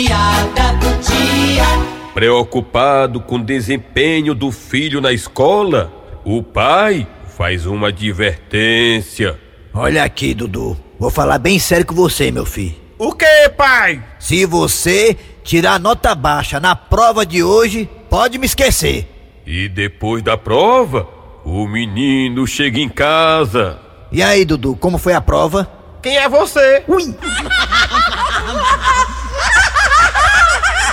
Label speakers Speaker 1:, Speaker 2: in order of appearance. Speaker 1: piada do dia.
Speaker 2: Preocupado com o desempenho do filho na escola, o pai faz uma advertência.
Speaker 3: Olha aqui, Dudu. Vou falar bem sério com você, meu filho.
Speaker 4: O que, pai?
Speaker 3: Se você tirar nota baixa na prova de hoje, pode me esquecer.
Speaker 2: E depois da prova, o menino chega em casa.
Speaker 3: E aí, Dudu, como foi a prova?
Speaker 4: Quem é você?
Speaker 3: Ui!